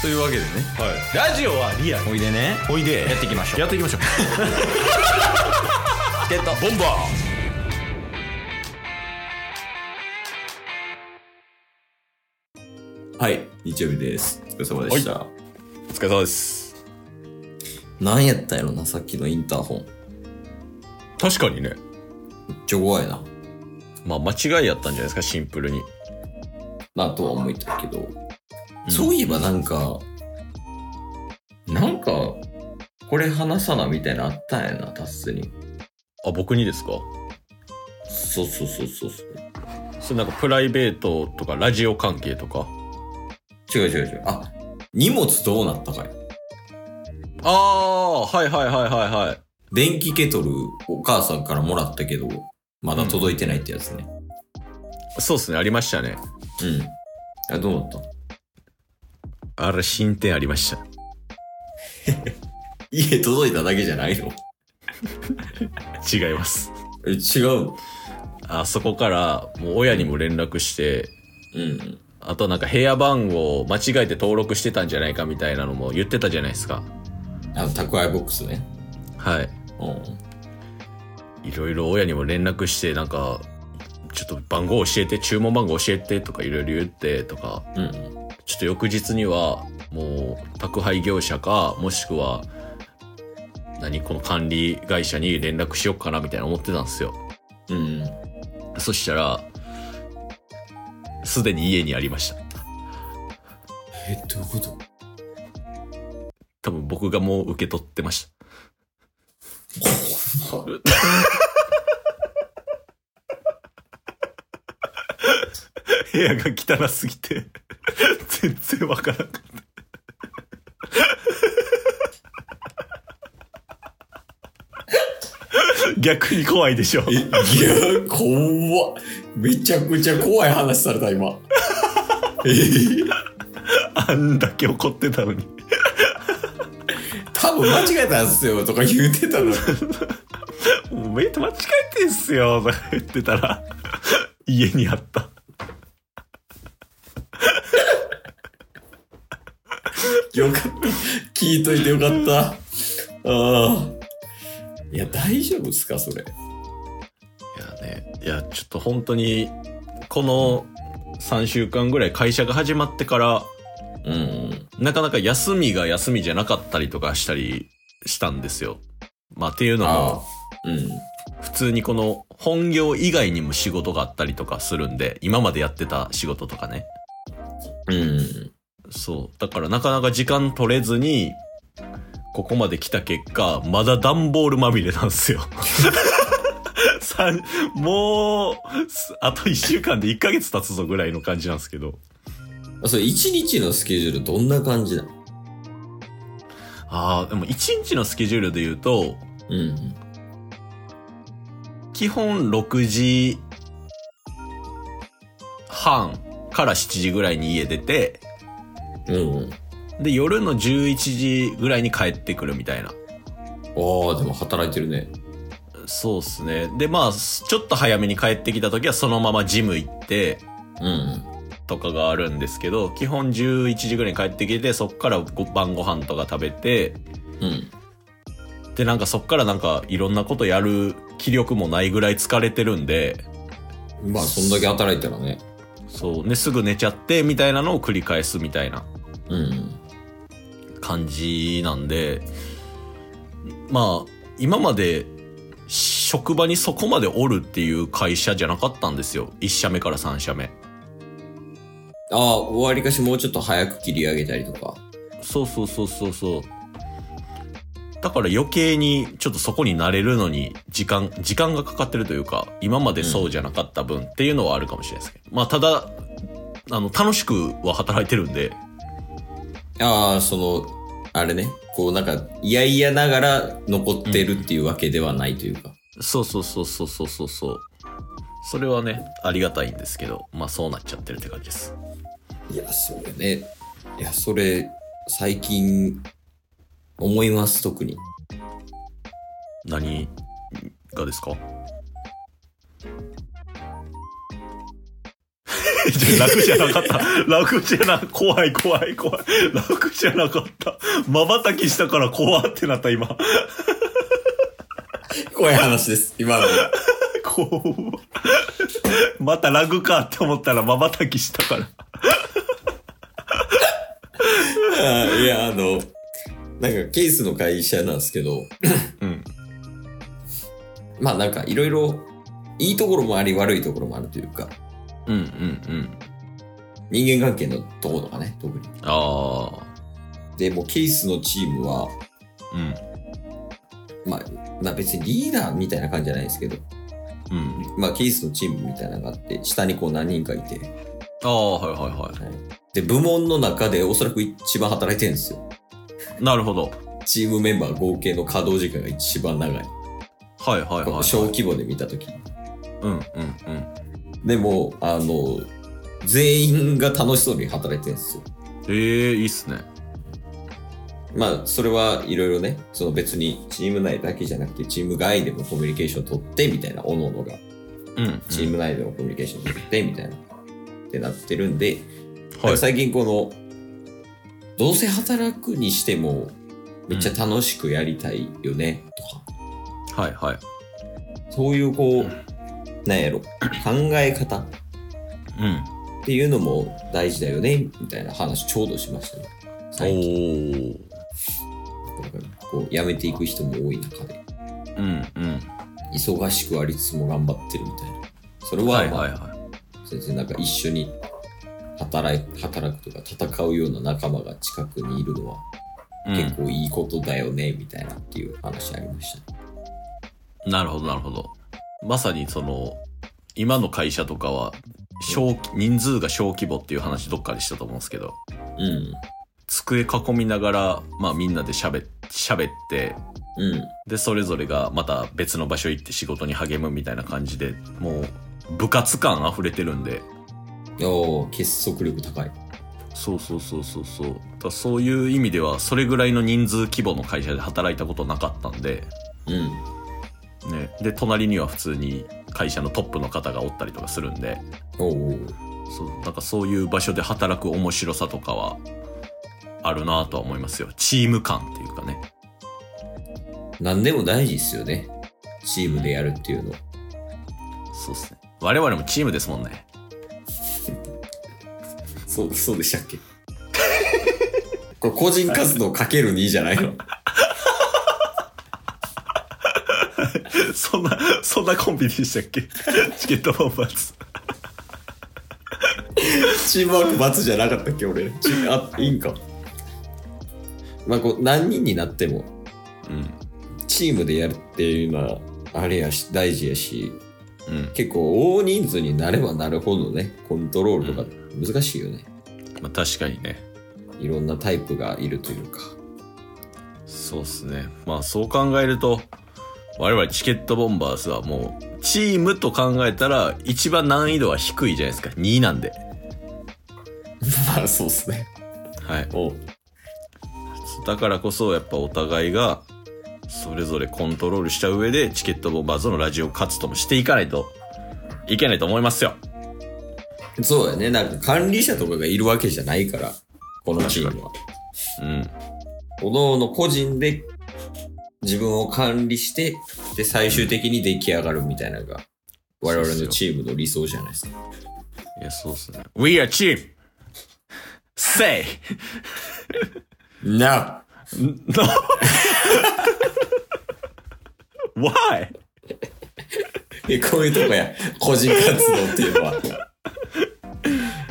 というわけでねはい、ラジオはリアルおいでねおいでやっていきましょうやって いきましょうゲットボンバはい日曜日ですお疲れ様でした、ーお疲れ様ですなんやったんやろなさっきのインターホン確かにねめっちゃ怖いなまあ間違いやったんじゃないですかシンプルにまあとは思いたけど、そういえばなんかなんかこれ話さなみたいなのあったんやなタッスにあ僕にですかそうそうそうそうそうそれなんかプライベートとかラジオ関係とか違う違う違うあ荷物どうなったかいああはいはいはいはいはい電気ケトルお母さんからもらったけどまだ届いてないってやつねそうっすねありましたねうん、あどうなったあれ進展ありました家届いただけじゃないの違いますえ違うのあそこからもう親にも連絡してうんあとなんか部屋番号を間違えて登録してたんじゃないかみたいなのも言ってたじゃないですかあの宅配ボックスねはいうんいろいろ親にも連絡してなんかちょっと番号教えて注文番号教えてとかいろいろ言ってとかうんちょっと翌日にはもう宅配業者かもしくは何この管理会社に連絡しようかなみたいな思ってたんですようんそしたらすでに家にありましたえどういうこと多分僕がもう受け取ってましたほんま 部屋が汚すぎて全然わからなかった逆に怖いでしょえいや怖っめちゃくちゃ怖い話された 今えあんだけ怒ってたのに多分間違えたんすよとか言ってた のに「もうめっちゃ間違えてんすよ」とか言ってたら家にあったよかった。聞いといてよかった。ああ。いや、大丈夫ですか、それ。いやねいやちょっと本当にこの3週間ぐらい会社が始まってからうん。なかなか休みが休みじゃなかったりとかしたりしたんですよ。まあっていうのも、ああ。うん。普通にこの本業以外にも仕事があったりとかするんで、今までやってた仕事とかね。うん。そう。だからなかなか時間取れずに、ここまで来た結果、まだ段ボールまみれなんですよ。 さんもう、すあと1週間で1ヶ月経つぞぐらいの感じなんですけど。あそれ、一日のスケジュールどんな感じなのああ、でも1日のスケジュールで言うと、うん。基本6時半から7時ぐらいに家出て、うん。で、夜の11時ぐらいに帰ってくるみたいな。ああ、でも働いてるね。そうっすね。で、まあ、ちょっと早めに帰ってきた時はそのままジム行って、うん。とかがあるんですけど、基本11時ぐらいに帰ってきて、そっからご晩ご飯とか食べて、うん。で、なんかそっからなんかいろんなことやる気力もないぐらい疲れてるんで、まあ、そんだけ働いたらね。そう、ね、すぐ寝ちゃって、みたいなのを繰り返すみたいな。うん。感じなんで、まあ、今まで職場にそこまでおるっていう会社じゃなかったんですよ。1社目から3社目。ああ、終わりかしもうちょっと早く切り上げたりとか。そうそうそうそうそう。だから余計にちょっとそこに慣れるのに時間、時間がかかってるというか、今までそうじゃなかった分っていうのはあるかもしれないですけど。まあ、ただ、あの、楽しくは働いてるんで、ああ、その、あれね。こう、なんか、いやいやながら残ってるっていうわけではないというか。そうそうそうそうそうそうそう。それはね、ありがたいんですけど、まあそうなっちゃってるって感じです。いや、それね。いや、それ、最近、思います、特に。何 がですかじゃ楽じゃなかった。楽じゃな、怖い怖い怖い。楽じゃなかった。瞬きしたから怖ってなった今。怖い話です、今の。怖またラグかって思ったら瞬きしたから。あ いや、あの、なんかケースの会社なんですけど、うん。まあなんかいろいろいいところもあり悪いところもあるというか、うんうんうん。人間関係のところとかね、特に。あで、もうケースのチームは、あ。うん。まあ、な別にリーダーみたいな感じじゃないですけど、うん。まあケースのチームみたいなのがあって、下にこう何人かいて、ああ、はいはいはで、部門の中でおそらく一番働いてるんですよ。い。なるほど。チームメンバー合計の稼働時間が一番長い。はいはいはい。小規模で見たとき。うんうんうん。でも、あの、全員が楽しそうに働いてるんですよ。ええいいっすね。まあ、それはいろいろね、その別にチーム内だけじゃなくて、チーム外でもコミュニケーション取って、みたいな、おののが、うん。チーム内でもコミュニケーション取って、みたいな、ってなってるんで、はい。最近この、どうせ働くにしても、めっちゃ楽しくやりたいよね、とか、はいはい。そういうこう、なんやろ、考え方っうん。ていうのも大事だよね、みたいな話ちょうどしましたね。お最近ー。こう辞めていく人も多い中でうんうん。忙しくありつつも頑張ってるみたいなそれはは、いまあはいは。先生なんか一緒に働い働くとか戦うような仲間が近くにいるのはい結構いいことだよね、みたいなっていう話ありましたねうん。なるほどなるほど。まさにその、今の会社とかは、小、人数が小規模っていう話どっかでしたと思うんですけど、机囲みながら、まあみんなで喋っ、喋って、うんうんで、それぞれがまた別の場所行って仕事に励むみたいな感じで、もう、部活感溢れてるんで、おー結束力高いそうそうそうそうそうだからそういう意味ではそれぐらいの人数規模の会社で働いたことなかったんで、うんね、で隣には普通に会社のトップの方がおったりとかするんでおおそうなんかそういう場所で働く面白さとかはあるなとは思いますよチーム感っていうかね何でも大事ですよねチームでやるっていうのそうですね我々もチームですもんね そうそうでしたっけ これ個人活動かける2じゃないのそんなそんなコンビでしたっけ チケットボンバーズチームワーク罰じゃなかったっけ俺チームあいいんかまあこう何人になってもうんチームでやるっていうのはあれやし大事やしうん、結構大人数になればなるほどねコントロールとか難しいよね、まあ、確かにねいろんなタイプがいるというかそうっすね。まあそう考えると、我々チケットボンバーズはもう、チームと考えたら、一番難易度は低いじゃないですか。2なんで。 まあそうっすねはい。おうだからこそ、やっぱお互いが、それぞれコントロールした上で、チケットボンバーズのラジオ活動もしていかないと、いけないと思いますよ。そうだねなんか管理者とかがいるわけじゃないからこのチームはうん。おのの個人で自分を管理してで最終的に出来上がるみたいなのが我々のチームの理想じゃないですかいや、そうっすね。We are team!Say!No! No! Why? えこういうとこや、個人活動っていうのは。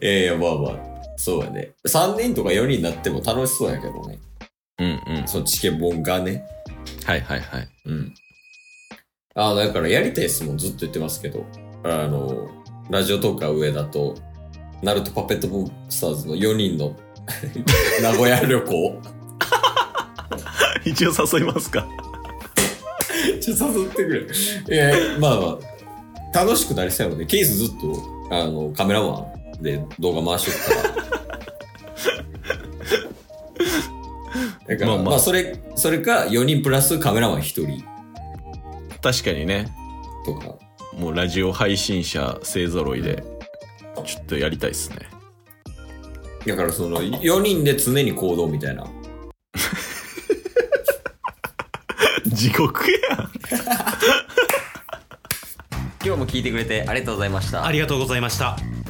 いやいや、まあまあ、そうやね。3人とか4人になっても楽しそうやけどね。うんうん。そのチケボンがね。はいはいはい。うん。ああ、だからやりたいですもん、ずっと言ってますけど。あの、ラジオトーカー上だと、ナルトパペットモンスターズの4人の 名古屋旅行。 一応誘いますかちょっと誘ってくれ。いや、まあまあ、楽しくなりそうやもんね。ケースずっと、あの、カメラマンで動画回しとく から。だから、ままああ、まあそれ、それか、4人プラスカメラマン1人確かにね。とか。もうラジオ配信者勢揃いで、か。ちょっとやりたいですね。だからその、4人で常に行動みたいな。 地獄やん。今日も聞いてくれてありがとうございましたありがとうございました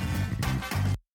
す